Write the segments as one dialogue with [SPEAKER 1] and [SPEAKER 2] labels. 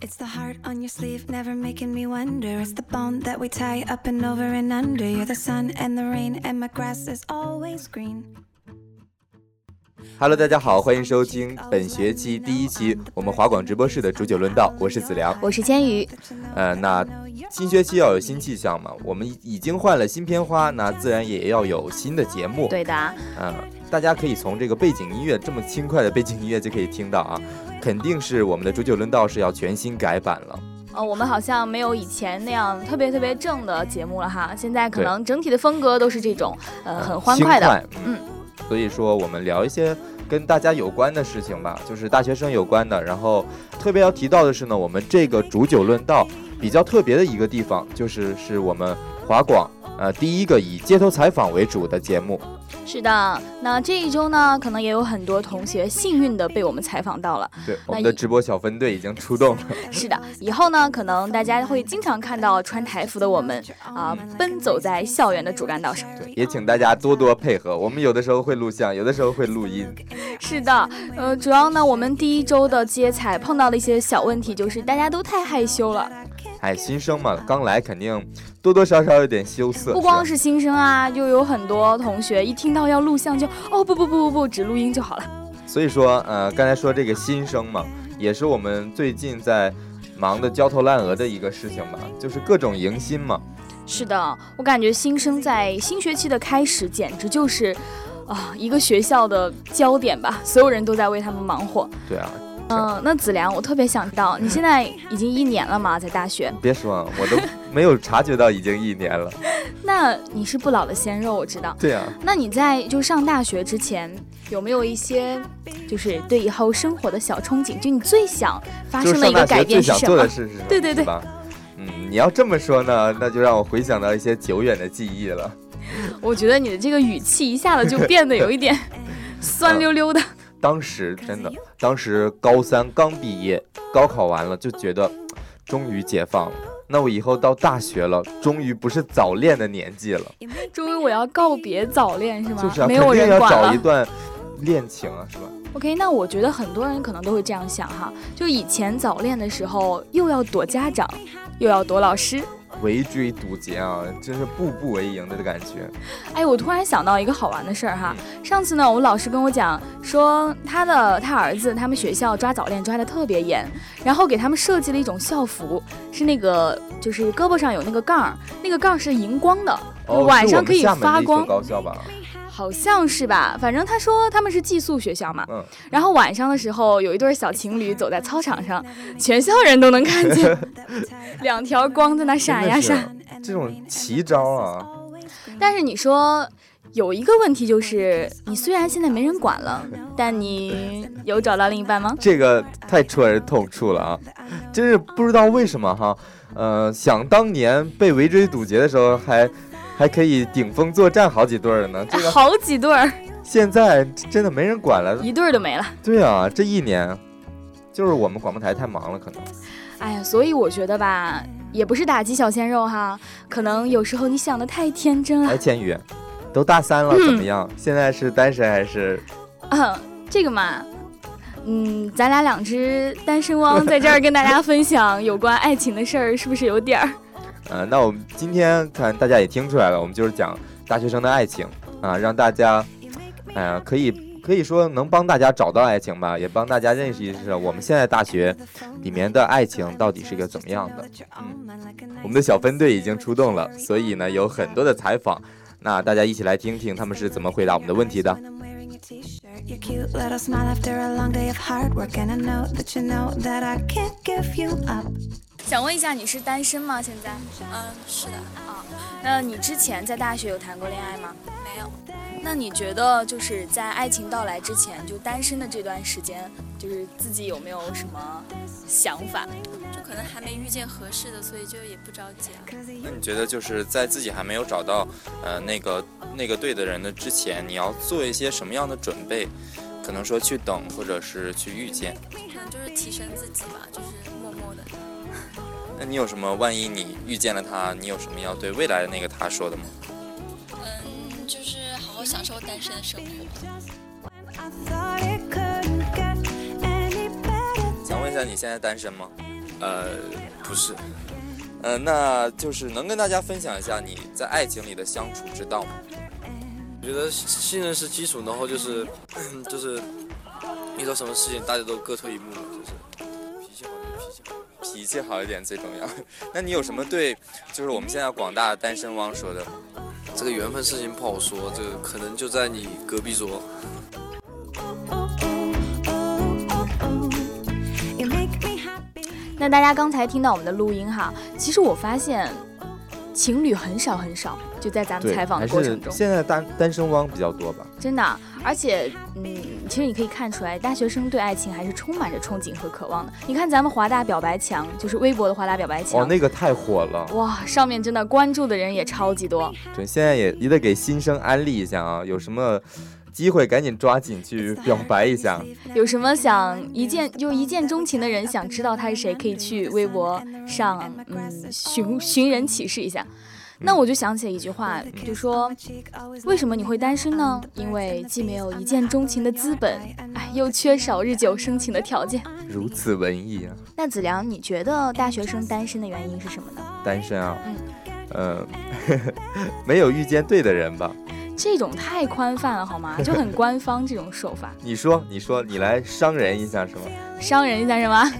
[SPEAKER 1] It's the heart on your sleeve, never making me wonder. It's the bone that we tie up and over and under. You're the sun and the rain, and my grass is always green.
[SPEAKER 2] Hello，大家好，欢迎收听本学期第一期我们华广直播室的煮酒论道，我是子良。
[SPEAKER 3] 我是千羽，
[SPEAKER 2] 呃，那新学期要有新气象嘛，我们已经换了新片花，那自然也要有新的节目。
[SPEAKER 3] 对的啊，
[SPEAKER 2] 嗯，大家可以从这个背景音乐这么轻快的背景音乐就可以听到啊，肯定是我们的煮酒论道是要全新改版了。
[SPEAKER 3] 呃，我们好像没有以前那样特别特别正的节目了哈，现在可能整体的风格都是这种，呃，很欢快的，嗯。
[SPEAKER 2] 所以说，我们聊一些跟大家有关的事情吧，就是大学生有关的。然后特别要提到的是呢，我们这个煮酒论道比较特别的一个地方，就是是我们华广呃第一个以街头采访为主的节目。
[SPEAKER 3] 是的。那这一周呢，可能也有很多同学幸运的被我们采访到了。
[SPEAKER 2] 对，我们的直播小分队已经出动了。
[SPEAKER 3] 是的，以后呢，可能大家会经常看到穿台服的我们啊、奔走在校园的主干道上。
[SPEAKER 2] 对， 也请大家多多配合。我们有的时候会录像，有的时候会录音。
[SPEAKER 3] 是的，呃，主要呢，我们第一周的接采碰到的一些小问题，就是大家都太害羞了，
[SPEAKER 2] 哎，新生嘛，刚来肯定多多少少有点羞涩。
[SPEAKER 3] 不光
[SPEAKER 2] 是
[SPEAKER 3] 是新生啊，又有很多同学一听到要录像就哦不不不不不，只录音就好了。
[SPEAKER 2] 吧所以说，呃，刚才说这个新生嘛，也是我们最近在忙得焦头烂额的一个事情吧，就是各种迎新嘛。
[SPEAKER 3] 是的，我感觉新生在新学期的开始简直就是。啊、一个学校的焦点吧，所有人都在为他们忙活。
[SPEAKER 2] 对啊，
[SPEAKER 3] 嗯、那子良，我特别想知道，你现在已经一年了嘛，在大学，
[SPEAKER 2] 别说啊，我都没有察觉到已经 一年了。
[SPEAKER 3] 那你是不老的鲜肉，我知道。
[SPEAKER 2] 对啊，
[SPEAKER 3] 那你在就上大学之前，有没有一些就是对以后生活的小憧憬？就你最想发
[SPEAKER 2] 就
[SPEAKER 3] 生
[SPEAKER 2] 是
[SPEAKER 3] 的
[SPEAKER 2] 上
[SPEAKER 3] 一个
[SPEAKER 2] 大
[SPEAKER 3] 改
[SPEAKER 2] 学
[SPEAKER 3] 变
[SPEAKER 2] 最
[SPEAKER 3] 是
[SPEAKER 2] 想
[SPEAKER 3] 什
[SPEAKER 2] 做
[SPEAKER 3] 么
[SPEAKER 2] 的？事是什么？
[SPEAKER 3] 对对对
[SPEAKER 2] 是吧？嗯，你要这么说呢，那就让我回想到一些久远的记忆了。
[SPEAKER 3] 我觉得你的这个语气一下子就变得有一 点酸溜溜的。
[SPEAKER 2] 当时真的，当时高三刚毕业，高考完了就觉得，终于解放了。那我以后到大学了，终于不是早恋的年纪了，
[SPEAKER 3] 终于我要告别早恋是吗？
[SPEAKER 2] 嗯就是啊，
[SPEAKER 3] 没有
[SPEAKER 2] 肯定
[SPEAKER 3] 人
[SPEAKER 2] 要
[SPEAKER 3] 管
[SPEAKER 2] 找
[SPEAKER 3] 了
[SPEAKER 2] 一。段恋情啊，是吧？
[SPEAKER 3] OK，那我觉得很多人可能都会这样想哈，就以前早恋的时候，又要躲家长，又要躲老师。
[SPEAKER 2] 围追堵截啊，真是步步为营的感觉。
[SPEAKER 3] 哎，我突然想到一个好玩的事儿哈。
[SPEAKER 2] 嗯
[SPEAKER 3] 上次呢，我们老师跟我讲说，他的他儿子他们学校抓早恋抓的特别严，然后给他们设计了一种校服，是那个就是胳膊上有那个杠儿，那个杠儿是荧光的，
[SPEAKER 2] 哦，
[SPEAKER 3] 晚
[SPEAKER 2] 是
[SPEAKER 3] 上
[SPEAKER 2] 我们
[SPEAKER 3] 可以
[SPEAKER 2] 厦门的
[SPEAKER 3] 发
[SPEAKER 2] 一所
[SPEAKER 3] 光
[SPEAKER 2] 高校 吧？
[SPEAKER 3] 好像是吧？反正他说他们是寄宿学校嘛。
[SPEAKER 2] 嗯
[SPEAKER 3] 然后晚上的时候，有一对小情侣走在操场上，全校人都能看 见两条光在那闪呀闪。
[SPEAKER 2] 这种奇招啊，
[SPEAKER 3] 但是你说有一个问题就是，你虽然现在没人管了，但你有找到另一半吗？
[SPEAKER 2] 这个太戳人痛处了啊！真是不知道为什么哈，呃，想当年被围追堵截的时候还。还可以顶风作战好几对儿呢，这个
[SPEAKER 3] 好几对儿，
[SPEAKER 2] 现在真的没人管了。
[SPEAKER 3] 一对儿都没了。
[SPEAKER 2] 对啊，这一年就是我们广播台太忙了，可能
[SPEAKER 3] 哎呀，所以我觉得吧，也不是打击小鲜肉哈，可能有时候你想的太天真了
[SPEAKER 2] 哎，。千羽，都大三了，怎么样？现在是单身还是？
[SPEAKER 3] 嗯，这个嘛，嗯，咱俩两只单身汪在这儿跟大家分享有关爱情的事儿，是不是有点儿？
[SPEAKER 2] 呃，那我们今天看大家也听出来了，我们就是讲大学生的爱情啊，让大家，哎、呀，可以可以说能帮大家找到爱情吧，也帮大家认识一识我们现在大学里面的爱情到底是一个怎么样的。嗯，我们的小分队已经出动了，所以呢有很多的采访，那大家一起来听听他们是怎么回答我们的问题的。
[SPEAKER 1] Your cute little smile after a long day of hard work, and I know that you know that I can't give you up.
[SPEAKER 3] 想问一下，你是单身吗？现在？嗯，是的。啊、那你之前在大学有谈过恋爱吗？没有。那你觉得就是在爱情到来之前，就单身的这段时间，就是自己有没有什么想法？
[SPEAKER 4] 就可能还没遇见合适的，所以就也不着急啊。
[SPEAKER 5] 那你觉得就是在自己还没有找到呃那个那个对的人的之前，你要做一些什么样的准备？可能说去等，或者是去遇见。
[SPEAKER 4] 可能就是提升自己吧，就是默默的。
[SPEAKER 5] 那你有什么？万一你遇见了他，你有什么要对未来的那个他说的吗？
[SPEAKER 4] 嗯， 就是好好享受单身的生活。
[SPEAKER 1] I thought it couldn't get any better.
[SPEAKER 5] 想问一下，你现在单身吗？
[SPEAKER 6] 呃，不是，
[SPEAKER 5] 呃，那就是能跟大家分享一下你在爱情里的相处之道吗？
[SPEAKER 6] 我觉得信任是基础，然后就是 就是遇到什么事情大家都各退一步嘛，就是脾气好就脾气好。
[SPEAKER 5] 脾气好一点最重要。 那你有什么对，就是我们现在广大单身汪说的吗？
[SPEAKER 6] 这个缘分事情不好说，这个可能就在你隔壁桌。
[SPEAKER 1] You make me happy.
[SPEAKER 3] 那大家刚才听到我们的录音哈，其实我发现情侣很少很少，就在咱们
[SPEAKER 2] 对，
[SPEAKER 3] 采访的
[SPEAKER 2] 还
[SPEAKER 3] 过程
[SPEAKER 2] 是
[SPEAKER 3] 中，
[SPEAKER 2] 现在单单身汪比较多吧？
[SPEAKER 3] 真的啊。而且，嗯，其实你可以看出来，大学生对爱情还是充满着憧憬和渴望的。你看咱们华大表白墙，就是微博的华大表白墙，
[SPEAKER 2] 哦，那个太火了。
[SPEAKER 3] 哇，上面真的关注的人也超级多。
[SPEAKER 2] 对，现在也也得给新生安利一下啊，有什么机会赶紧抓紧去表白一下。
[SPEAKER 3] 有什么想一见就一见钟情的人，想知道他是谁，可以去微博上嗯寻寻人启事一下。那我就想起了一句话，就说为什么你会单身呢？因为既没有一见钟情的资本，哎，又缺少日久生情的条件。
[SPEAKER 2] 如此文艺啊，
[SPEAKER 3] 那子良，你觉得大学生单身的原因是什么呢？
[SPEAKER 2] 单身啊
[SPEAKER 3] 嗯，
[SPEAKER 2] 呃， 没有遇见对的人吧？
[SPEAKER 3] 这种太宽泛了好吗？就很官方这种说法，
[SPEAKER 2] 你说，你说，你来伤人一下是吗？
[SPEAKER 3] 伤人一下是吗？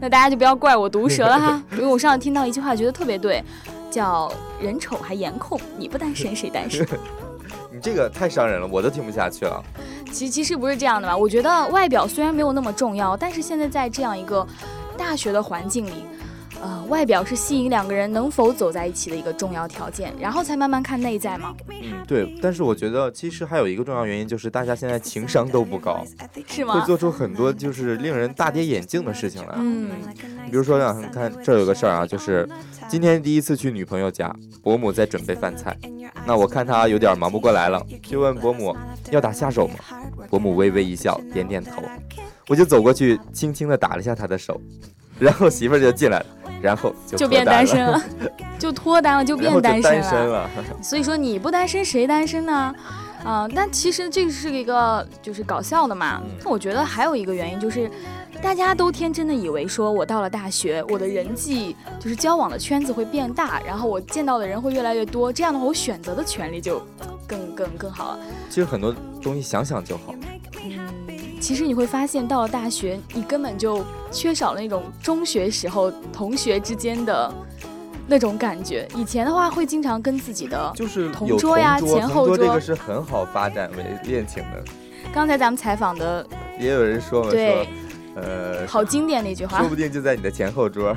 [SPEAKER 3] 那大家就不要怪我毒舌了 哈，因为我上次听到一句话，觉得特别对，叫“人丑还颜控”，你不单身谁单 身？
[SPEAKER 2] 你这个太伤人了，我都听不下去了。
[SPEAKER 3] 其其实不是这样的吧？我觉得外表虽然没有那么重要，但是现在在这样一个大学的环境里，呃，外表是吸引两个人能否走在一起的一个重要条件，然后才慢慢看内在嘛。
[SPEAKER 2] 嗯，对，但是我觉得其实还有一个重要原因就是大家现在情商都不高，
[SPEAKER 3] 是
[SPEAKER 2] 会
[SPEAKER 3] 吗？
[SPEAKER 2] 做出很多就是令人大跌眼镜的事情来。
[SPEAKER 3] 嗯，
[SPEAKER 2] 比如说呢，看这儿有个事儿啊，就是今天第一次去女朋友家，伯母在准备饭菜，那我看她有点忙不过来了，就问伯母要打下手吗？伯母微微一笑，点点头，我就走过去轻轻地打了一下她的手，然后媳妇儿就进来了，然后就
[SPEAKER 3] 就
[SPEAKER 2] 脱
[SPEAKER 3] 变单身
[SPEAKER 2] 了，
[SPEAKER 3] 了，就脱单了，就
[SPEAKER 2] 然后
[SPEAKER 3] 变
[SPEAKER 2] 就
[SPEAKER 3] 单身
[SPEAKER 2] 单
[SPEAKER 3] 了。
[SPEAKER 2] 身了。
[SPEAKER 3] 所以说你不单身谁单身呢？啊、但其实这是一个就是搞笑的嘛。
[SPEAKER 2] 嗯
[SPEAKER 3] 那我觉得还有一个原因就是，大家都天真的以为说我到了大学，我的人际就是交往的圈子会变大，然后我见到的人会越来越多，这样的话我选择的权利就更更更好了。
[SPEAKER 2] 其实很多东西想想就好。
[SPEAKER 3] 嗯，其实你会发现到了大学，你根本就缺少了那种中学时候同学之间的。那种感觉，以前的话会经常跟自己的
[SPEAKER 2] 就是
[SPEAKER 3] 同
[SPEAKER 2] 有
[SPEAKER 3] 桌呀啊前
[SPEAKER 2] 同
[SPEAKER 3] 后
[SPEAKER 2] 桌这
[SPEAKER 3] 桌
[SPEAKER 2] 个是很好发展为恋情的。
[SPEAKER 3] 刚才咱们采访的
[SPEAKER 2] 也有人说嘛，说
[SPEAKER 3] 对，
[SPEAKER 2] 呃，
[SPEAKER 3] 好经典的一句话
[SPEAKER 2] 说。不定就在你的前后桌。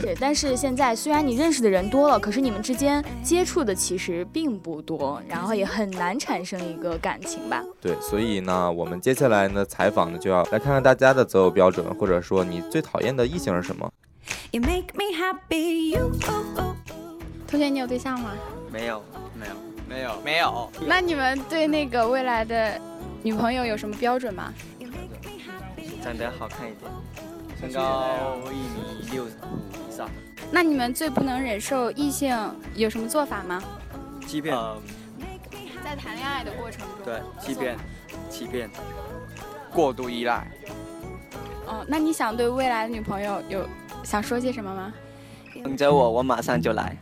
[SPEAKER 3] 对，但是现在虽然你认识的人多了，可是你们之间接触的其实并不多，然后也很难产生一个感情吧。
[SPEAKER 2] 对，所以呢，我们接下来呢，采访呢就要来看看大家的择偶标准，或者说你最讨厌的异性是什么？
[SPEAKER 1] You make me happy. You. oh, oh, oh.
[SPEAKER 7] 同学，你有对象吗？
[SPEAKER 8] 没有，没有，没有，没有。
[SPEAKER 7] 那你们对那个未来的女朋友有什么标准吗？
[SPEAKER 8] 长得好看一点，身高一米六五以上，
[SPEAKER 7] 那你们最不能忍受异性有什么做法吗？
[SPEAKER 8] 欺骗，
[SPEAKER 7] 在谈恋爱的过程中，
[SPEAKER 8] 对，欺骗，欺骗，过度依赖，
[SPEAKER 7] 嗯，那你想对未来的女朋友有想说些什么吗？
[SPEAKER 8] 等着我，我马上就来。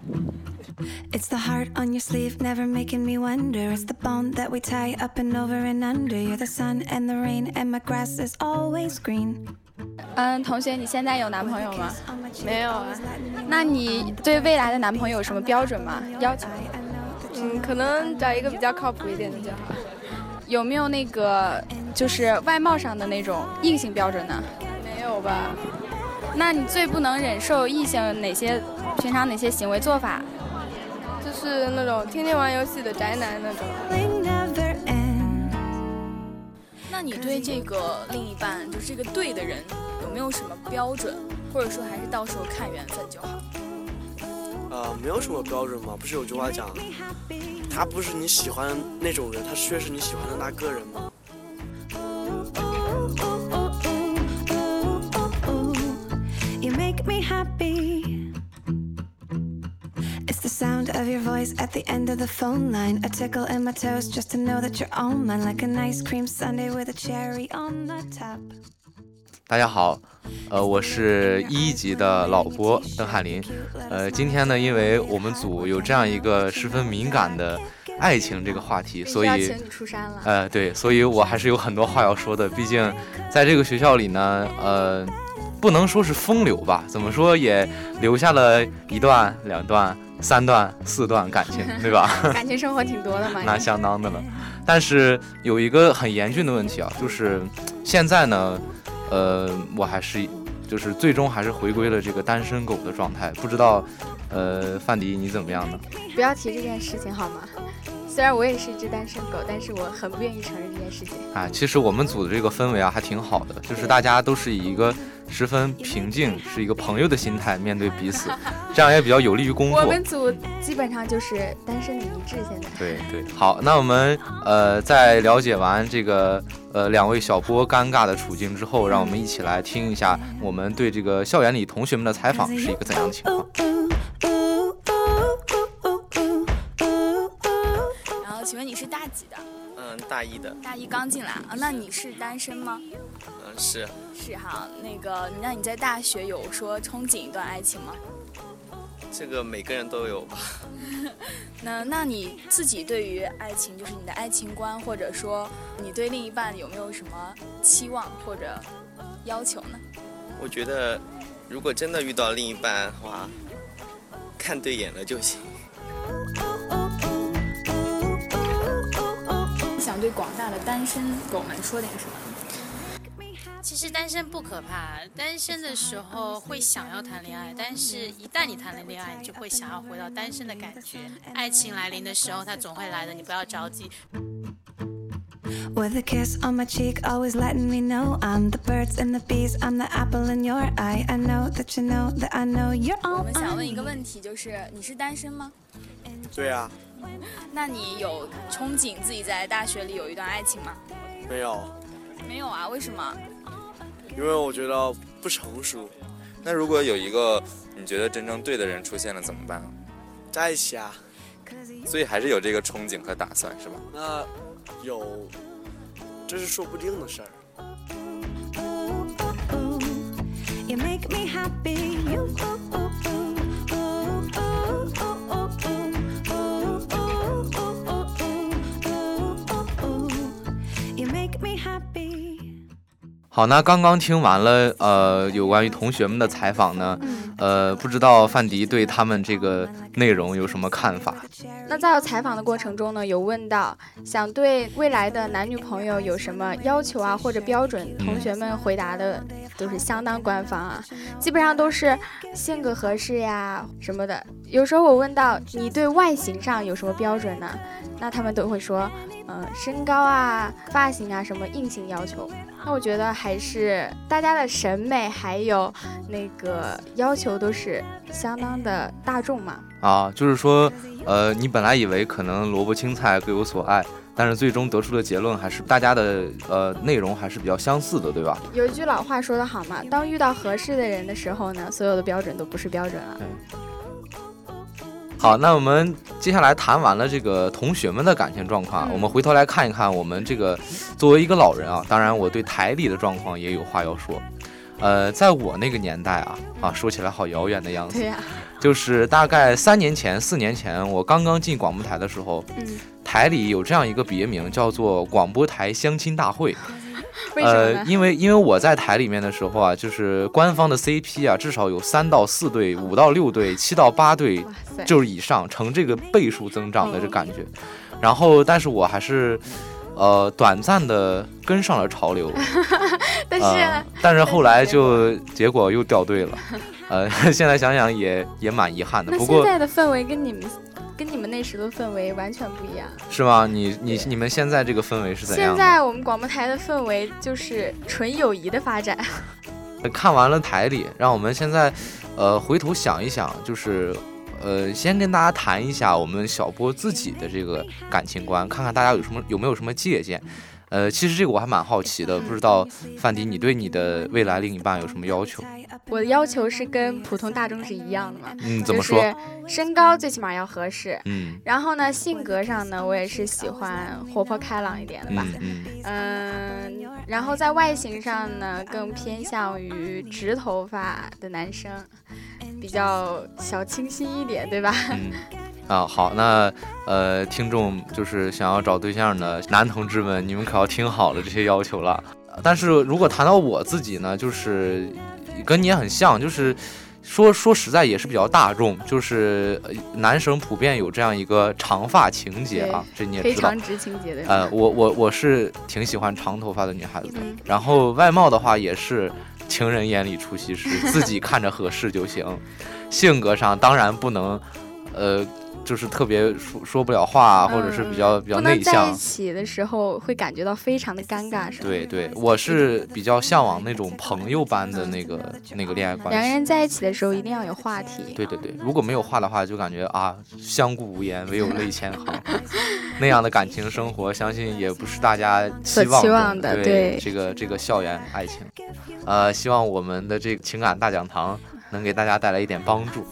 [SPEAKER 1] It's the heart on your sleeve, never making me wonder. It's the bond that we tie up and over and under. You're the sun and the rain, and my grass is always green.
[SPEAKER 7] 嗯，同学，你现在有男朋友吗？
[SPEAKER 9] 没有啊。
[SPEAKER 7] 那你对未来的男朋友有什么标准吗？要求？
[SPEAKER 9] 嗯，可能找一个比较靠谱一点的就好。
[SPEAKER 7] 有没有那个就是外貌上的那种硬性标准呢？
[SPEAKER 9] 没有吧？
[SPEAKER 7] 那你最不能忍受异性哪些平常哪些行为做法？
[SPEAKER 9] 就是那种天天玩游戏的宅男那种。
[SPEAKER 3] 那你对这个另一半，就是这个对的人，有没有什么标准？或者说还是到时候看缘分就好？
[SPEAKER 6] 呃，没有什么标准嘛，不是有句话讲，他不是你喜欢的那种人，他却是你喜欢的那个人吗？
[SPEAKER 1] You make me happy. It's the sound of your voice at the end of the phone line. A tickle in my toes just to know that you're on mine. Like an ice cream sundae with a cherry on the top.
[SPEAKER 10] 大家好，呃，我是一级的老播邓翰林，呃，今天呢，因为我们组有这样一个十分敏感的爱情这个话题，所以
[SPEAKER 9] 请你出山了。
[SPEAKER 10] 呃，对，所以我还是有很多话要说的。毕竟在这个学校里呢，呃，不能说是风流吧，怎么说也留下了一段、两段、三段、四段感情，对吧？
[SPEAKER 9] 感情生活挺多的
[SPEAKER 11] 哎
[SPEAKER 9] 嘛。
[SPEAKER 10] 那相当的了。但是有一个很严峻的问题啊，就是现在呢，呃，我还是就是最终还是回归了这个单身狗的状态。不知道，呃，范迪你怎么样呢？
[SPEAKER 11] 不要提这件事情好吗？虽然我也是一只单身狗，但是我很不愿意承认这件事情。
[SPEAKER 10] 啊，其实我们组的这个氛围啊还挺好的，就是大家都是以一个十分平静，是一个朋友的心态面对彼此，这样也比较有利于工作。
[SPEAKER 11] 我们组基本上就是单身的一致，现在。
[SPEAKER 10] 对对，好，那我们呃在了解完这个呃两位小波尴尬的处境之后，让我们一起来听一下我们对这个校园里同学们的采访是一个怎样的情况。
[SPEAKER 3] 然后，请问你是大几的？
[SPEAKER 8] 嗯，大一的。
[SPEAKER 3] 大一刚进来啊？那你是单身吗？
[SPEAKER 8] 嗯，是。
[SPEAKER 3] 是哈，那个，那你在大学有说憧憬一段爱情吗？
[SPEAKER 8] 这个每个人都有吧。
[SPEAKER 3] 那那你自己对于爱情，就是你的爱情观，或者说你对另一半有没有什么期望或者要求呢？
[SPEAKER 8] 我觉得，如果真的遇到另一半的话，看对眼了就行。
[SPEAKER 3] 哦想对广大的单身狗们说点什么？
[SPEAKER 12] 其实单身不可怕，单身的时候会想要谈恋爱，但是一旦你谈了恋爱，你就会想要回到单身的感觉。爱情来临的时候，它总会来的，你不要着急。
[SPEAKER 1] With a kiss on my cheek, always letting me know I'm the birds and the bees, I'm the apple in your eye. I know that you know that I know you're
[SPEAKER 3] 哦我
[SPEAKER 1] all
[SPEAKER 3] 们
[SPEAKER 1] on
[SPEAKER 3] 想问一
[SPEAKER 1] me.
[SPEAKER 3] 个问题，就是你是单身吗？
[SPEAKER 6] 对啊，
[SPEAKER 3] 那你有憧憬自己在大学里有一段爱情吗？
[SPEAKER 6] 没有，
[SPEAKER 3] 没有啊，为什么？
[SPEAKER 6] 因为我觉得不成熟，
[SPEAKER 5] 那如果有一个你觉得真正对的人出现了怎么办？
[SPEAKER 6] 在一起啊。
[SPEAKER 5] 所以还是有这个憧憬和打算，是吧？
[SPEAKER 6] 那有，这是说不定的事儿。
[SPEAKER 1] You make me happy. You. ooh, ooh, ooh, ooh, ooh, ooh, ooh, ooh, ooh, ooh, ooh, ooh, ooh. You make me happy.
[SPEAKER 10] 好，那刚刚听完了呃有关于同学们的采访呢，呃，不知道范迪对他们这个内容有什么看法？
[SPEAKER 11] 那在采访的过程中呢，有问到想对未来的男女朋友有什么要求啊，或者标准？同学们回答的都是相当官方啊，基本上都是性格合适呀什么的。有时候我问到你对外形上有什么标准呢？那他们都会说，嗯、身高啊、发型啊什么硬性要求。那我觉得还是大家的审美还有那个要求都是相当的大众嘛。
[SPEAKER 10] 啊，就是说，呃，你本来以为可能萝卜青菜各有所爱，但是最终得出的结论还是大家的呃内容还是比较相似的，对吧？
[SPEAKER 11] 有一句老话说得好嘛，当遇到合适的人的时候呢，所有的标准都不是标准啊了。
[SPEAKER 10] 嗯好，那我们接下来谈完了这个同学们的感情状
[SPEAKER 11] 嗯
[SPEAKER 10] 况，我们回头来看一看我们这个作为一个老人啊，当然我对台里的状况也有话要说。呃，在我那个年代啊，啊，说起来好遥远的样子。
[SPEAKER 11] 对
[SPEAKER 3] 啊
[SPEAKER 11] 呀、
[SPEAKER 10] 就是大概三年前、四年前，我刚刚进广播台的时候，
[SPEAKER 11] 嗯，
[SPEAKER 10] 台里有这样一个别名，叫做广播台相亲大会。
[SPEAKER 11] 为什么
[SPEAKER 10] 呃，
[SPEAKER 11] 呢？
[SPEAKER 10] 因为因为我在台里面的时候啊，就是官方的 CP 啊，至少有三到四对、五到六对、七到八对
[SPEAKER 11] 塞，哦
[SPEAKER 10] 就是以上呈这个倍数增长的这感觉。然后，但是我还是，呃，短暂的跟上了潮流，
[SPEAKER 11] 但 是、啊
[SPEAKER 10] 呃，但是后来就结果又掉队了，呃， 现在想想也也蛮遗憾的。
[SPEAKER 11] 那
[SPEAKER 10] 不
[SPEAKER 11] 现
[SPEAKER 10] 过
[SPEAKER 11] 在的氛围跟你们跟你们那时的氛围完全不一样。
[SPEAKER 10] 是吗？你你你们现在这个氛围是怎
[SPEAKER 11] 现
[SPEAKER 10] 样的？
[SPEAKER 11] 在我们广播台的氛围就是纯友谊的发展，
[SPEAKER 10] 看完了台里，让我们现在，呃，回头想一想，就是，呃，先跟大家谈一下我们小波自己的这个感情观，看看大家有什么有没有什么借鉴。呃，其实这个我还蛮好奇的，不知道范迪你对你的未来另一半有什么要求？
[SPEAKER 11] 我的要求是跟普通大众是一样的嘛。
[SPEAKER 10] 嗯怎么说
[SPEAKER 11] 就是身高最起码要合适。
[SPEAKER 10] 嗯
[SPEAKER 11] 然后呢，性格上呢，我也是喜欢活泼开朗一点的吧。
[SPEAKER 10] 嗯嗯
[SPEAKER 11] 嗯，然后在外形上呢，更偏向于直头发的男生，比较小清新一点，对吧？
[SPEAKER 10] 嗯啊，好，那呃，听众就是想要找对象的男同志们，你们可要听好了这些要求了。但是如果谈到我自己呢，就是跟你也很像，就是说说实在也是比较大众，就是呃男生普遍有这样一个长发情节啊，这
[SPEAKER 11] 对，
[SPEAKER 10] 你也
[SPEAKER 11] 非
[SPEAKER 10] 知道
[SPEAKER 11] 常。直情节的。
[SPEAKER 10] 呃，我我我是挺喜欢长头发的女孩子的，
[SPEAKER 11] 嗯
[SPEAKER 10] 然后外貌的话也是情人眼里出西施，自己看着合适就行。性格上当然不能，呃，就是特别说说不了话，啊或者是比较、比较
[SPEAKER 11] 嗯不能
[SPEAKER 10] 内
[SPEAKER 11] 在
[SPEAKER 10] 向
[SPEAKER 11] 一。起的时候会感觉到非常的尴尬，是吧？
[SPEAKER 10] 对对，我是比较向往那种朋友般的那个那个恋爱关
[SPEAKER 11] 两个
[SPEAKER 10] 系。
[SPEAKER 11] 人在一起的时候一定要有话题。
[SPEAKER 10] 对对对，如果没有话的话，就感觉啊，相顾无言，唯有泪 千行。 那样的感情生活，相信也不是大家
[SPEAKER 11] 所
[SPEAKER 10] 期望
[SPEAKER 11] 期望的
[SPEAKER 10] 对
[SPEAKER 11] 对
[SPEAKER 10] 这个这个校园爱情。呃，希望我们的这个情感大讲堂能给大家带来一点帮助。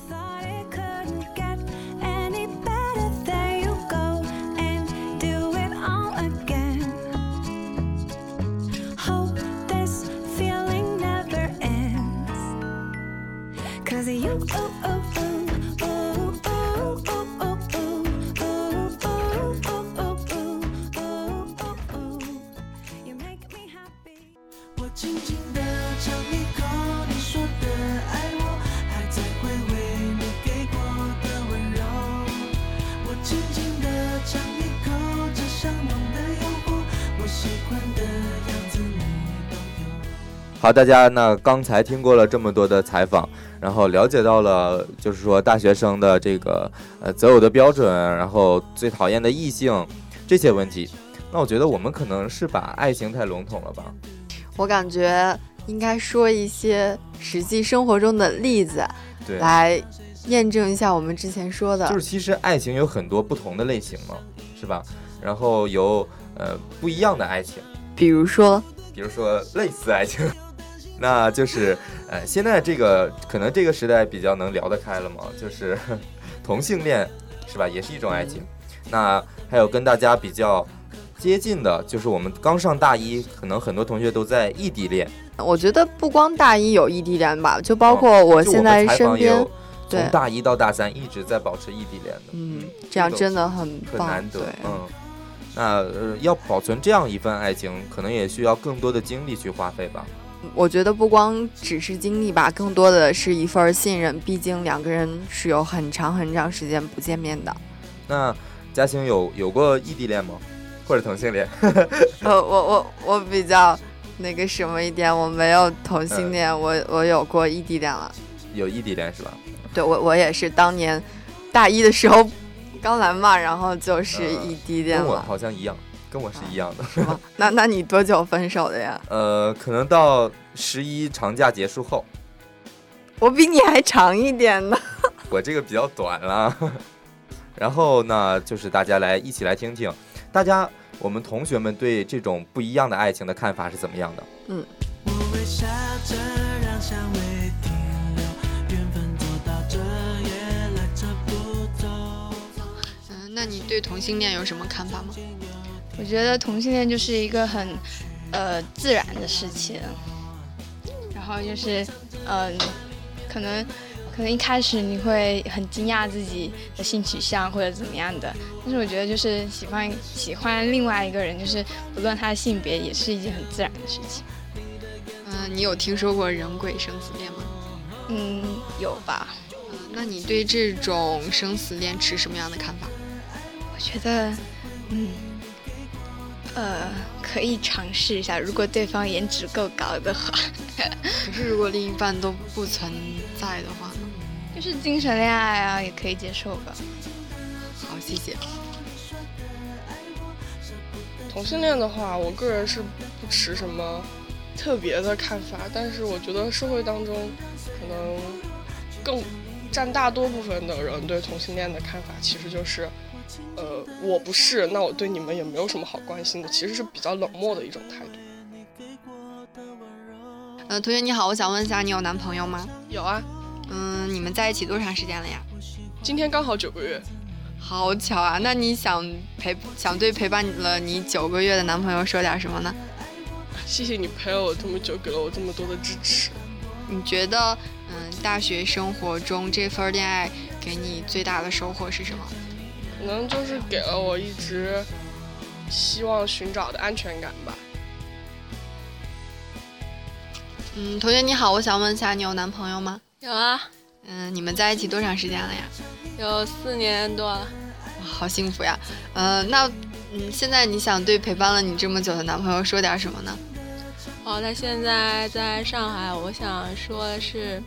[SPEAKER 1] Any better, there you go and do it all again. Hope this feeling never ends. Cause you, ooh, ooh, ooh, ooh, ooh, ooh, ooh, ooh, ooh, ooh, ooh, ooh, ooh, ooh. You make me happy. 我轻轻地尝一口你说的爱我，还在回味你给过的温柔。我轻轻地尝一口这香浓的诱惑，我喜欢的样子你
[SPEAKER 2] 好，大家那刚才听过了这么多的采访，然后了解到了，就是说大学生的这个呃择偶的标准，然后最讨厌的异性这些问题。那我觉得我们可能是把爱情太笼统了吧？
[SPEAKER 13] 我感觉应该说一些实际生活中的例子，
[SPEAKER 2] 对
[SPEAKER 13] 来验证一下我们之前说的。
[SPEAKER 2] 就是其实爱情有很多不同的类型嘛，是吧？然后有呃不一样的爱情，
[SPEAKER 13] 比如说，
[SPEAKER 2] 比如说类似爱情， 那就是呃现在这个可能这个时代比较能聊得开了嘛，就是同性恋是吧，也是一种爱情。
[SPEAKER 13] 嗯
[SPEAKER 2] 那还有跟大家比较接近的，就是我们刚上大一，可能很多同学都在异地恋，
[SPEAKER 13] 我觉得不光大一有异地恋吧，就包括
[SPEAKER 2] 我
[SPEAKER 13] 现
[SPEAKER 2] 哦就
[SPEAKER 13] 在
[SPEAKER 2] 我们采
[SPEAKER 13] 身
[SPEAKER 2] 访也
[SPEAKER 13] 边
[SPEAKER 2] 有，
[SPEAKER 13] 对
[SPEAKER 2] 从，大一到大三一直在保持异地恋的，
[SPEAKER 13] 嗯，这样真的很
[SPEAKER 2] 很
[SPEAKER 13] 棒，
[SPEAKER 2] 难得
[SPEAKER 13] 对，，
[SPEAKER 2] 嗯。那呃，要保存这样一份爱情，可能也需要更多的精力去花费吧。
[SPEAKER 13] 我觉得不光只是经历吧，更多的是一份儿信任，毕竟两个人是有很长很长时间不见面的。
[SPEAKER 2] 那嘉兴有有过异地恋吗？或者同性恋？
[SPEAKER 13] 呃，我我我比较那个什么一点，我没有同
[SPEAKER 2] 嗯
[SPEAKER 13] 性恋，我我有过异地恋了。
[SPEAKER 2] 有异地恋是吧？
[SPEAKER 13] 对我我也是当年大一的时候刚来嘛，然后就是异地恋
[SPEAKER 2] 嗯跟我
[SPEAKER 13] 了。
[SPEAKER 2] 好像一样，跟我是一样的。
[SPEAKER 13] 啊那那你多久分手的呀？
[SPEAKER 2] 呃，可能到十一长假结束后，
[SPEAKER 13] 我比你还长一点呢。
[SPEAKER 2] 我这个比较短了。 然后呢，就是大家来一起来听听，大家我们同学们对这种不一样的爱情的看法是怎么样的？
[SPEAKER 13] 嗯，
[SPEAKER 1] 我微笑着让香味停留，缘分走到这也来这不走。
[SPEAKER 14] 嗯，那你对同性恋有什么看法吗？
[SPEAKER 4] 我觉得同性恋就是一个很，呃，自然的事情，然
[SPEAKER 11] 后就是嗯、可能可能一开始你会很惊讶自己的性取向或者怎么样的，但是我觉得就是喜欢喜欢另外一个人，就是不论他的性别，也是一件很自然的事情。
[SPEAKER 13] 嗯，你有听说过人鬼生死恋吗？嗯
[SPEAKER 11] 嗯，有吧？
[SPEAKER 13] 那你对这种生死恋持什么样的看法？
[SPEAKER 11] 我觉得，嗯，呃，可以尝试一下，如果对方颜值够高的话。
[SPEAKER 13] 可是如果另一半都不存在的话呢？
[SPEAKER 11] 就是精神恋爱啊，也可以接受吧。
[SPEAKER 13] 好，谢谢。
[SPEAKER 15] 同性恋的话，我个人是不持什么特别的看法，但是我觉得社会当中可能更占大多部分的人对同性恋的看法，其实就是，呃，我不是，那我对你们也没有什么好关心的，其实是比较冷漠的一种态度。
[SPEAKER 13] 呃，同学你好，我想问一下，你有男朋友吗？
[SPEAKER 15] 有啊，
[SPEAKER 13] 嗯，你们在一起多长时间了呀？
[SPEAKER 15] 今天刚好九个月，
[SPEAKER 13] 好巧啊！那你想陪想对陪伴了你九个月的男朋友说点什么呢？
[SPEAKER 15] 谢谢你陪了我这么久，给了我这么多的支持。
[SPEAKER 13] 你觉得，嗯，大学生活中这份恋爱给你最大的收获是什么？
[SPEAKER 15] 可能就是给了我一直希望寻找的安全感吧。
[SPEAKER 13] 嗯，同学你好，我想问一下，你有男朋友吗？
[SPEAKER 16] 有啊，
[SPEAKER 13] 嗯，你们在一起多长时间了呀？
[SPEAKER 16] 有四年多了。
[SPEAKER 13] 哇好幸福呀。呃，那嗯，现在你想对陪伴了你这么久的男朋友说点什么呢？
[SPEAKER 16] 哦，他现在在上海，我想说的是，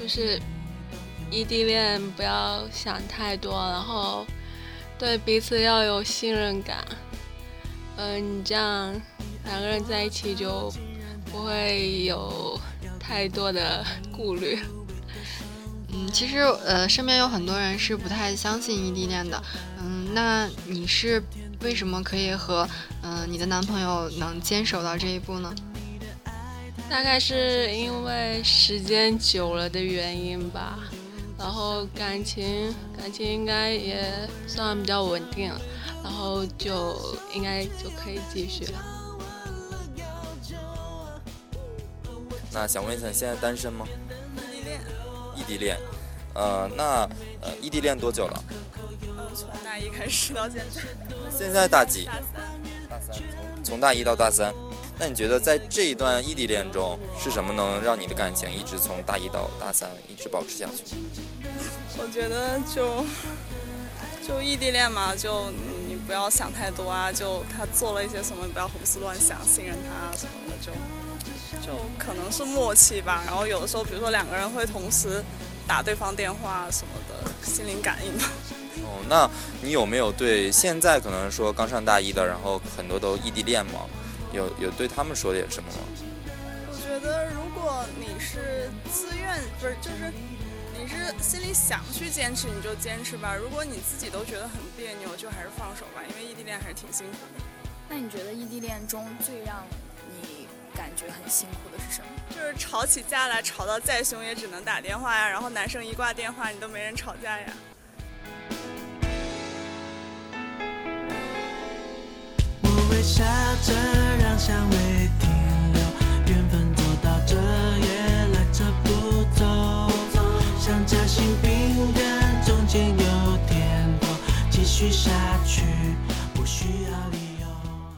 [SPEAKER 16] 就是异地恋不要想太多，然后对彼此要有信任感。嗯、你这样两个人在一起就不会有太多的顾虑。
[SPEAKER 13] 嗯，其实呃，身边有很多人是不太相信异地恋的。嗯，那你是为什么可以和嗯、呃你的男朋友能坚守到这一步呢？
[SPEAKER 16] 大概是因为时间久了的原因吧，然后感情感情应该也算比较稳定了，然后就应该就可以继续了。
[SPEAKER 17] 那想问一下，你现在单身吗？异地恋，呃，那呃，异地恋多久了？
[SPEAKER 18] 从大一开始到现在。
[SPEAKER 17] 现在大几
[SPEAKER 18] 大三。
[SPEAKER 17] 大三。从大一到大三，那你觉得在这一段异地恋中，是什么能让你的感情一直从大一到大三一直保持下去？
[SPEAKER 18] 我觉得就就异地恋嘛，就你不要想太多啊，就他做了一些什么，你不要胡思乱想，信任他啊什么的，就就可能是默契吧。然后有的时候，比如说两个人会同时打对方电话什么的，心灵感应吧。
[SPEAKER 17] 哦，那你有没有对现在可能说刚上大一的，然后很多都异地恋嘛，有有对他们说点什么吗？
[SPEAKER 18] 我觉得如果你是自愿，不是就是你是心里想去坚持，你就坚持吧。如果你自己都觉得很别扭，就还是放手吧，因为异地恋还是挺辛苦的。
[SPEAKER 3] 那你觉得异地恋中最让你感觉很辛苦的是什么？
[SPEAKER 18] 就是吵起架来，吵到再凶也只能打电话呀。然后男生一挂电话，你都没人吵架呀。
[SPEAKER 19] 我微笑着让香味停留，缘分走到这也来者不走，像夹心饼干中间有甜头，继续下去不需要理由。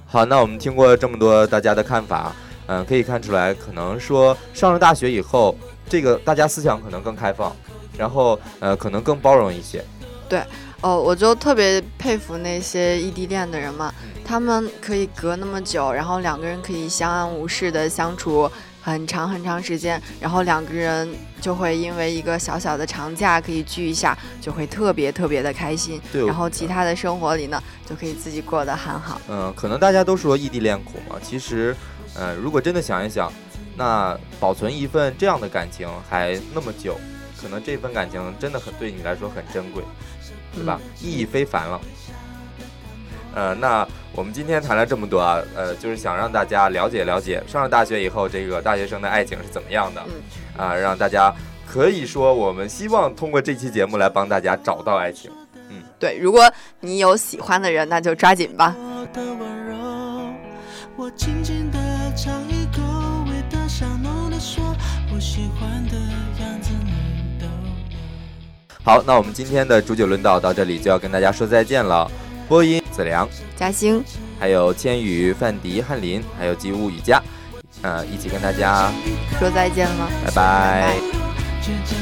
[SPEAKER 2] 好，那我们听过这么多大家的看法，嗯、可以看出来，可能说上了大学以后，这个大家思想可能更开放，然后呃，可能更包容一些。
[SPEAKER 20] 对，哦，我就特别佩服那些异地恋的人嘛，他们可以隔那么久，然后两个人可以相安无事的相处很长很长时间，然后两个人就会因为一个小小的长假可以聚一下，就会特别特别的开心。
[SPEAKER 2] 对
[SPEAKER 20] 然后其他的生活里呢，就可以自己过得很好。
[SPEAKER 2] 嗯、可能大家都说异地恋苦嘛，其实，呃，如果真的想一想，那保存一份这样的感情还那么久，可能这份感情真的很对你来说很珍贵，对吧？意义非凡了。呃，那我们今天谈了这么多啊，呃，就是想让大家了解了解上了大学以后这个大学生的爱情是怎么样的，啊、让大家可以说我们希望通过这期节目来帮大家找到爱情。
[SPEAKER 20] 对，如果你有喜欢的人，那就抓紧吧。
[SPEAKER 19] 我轻轻地尝一口，味道香浓的说，喜欢的样子，你都
[SPEAKER 2] 好，那我们今天的煮酒论道到这里就要跟大家说再见了。播音子良、
[SPEAKER 13] 嘉兴，
[SPEAKER 2] 还有千羽、范迪、翰林，还有吉物雨佳，呃，一起跟大家
[SPEAKER 13] 说再见了，
[SPEAKER 2] 拜拜
[SPEAKER 19] 接近。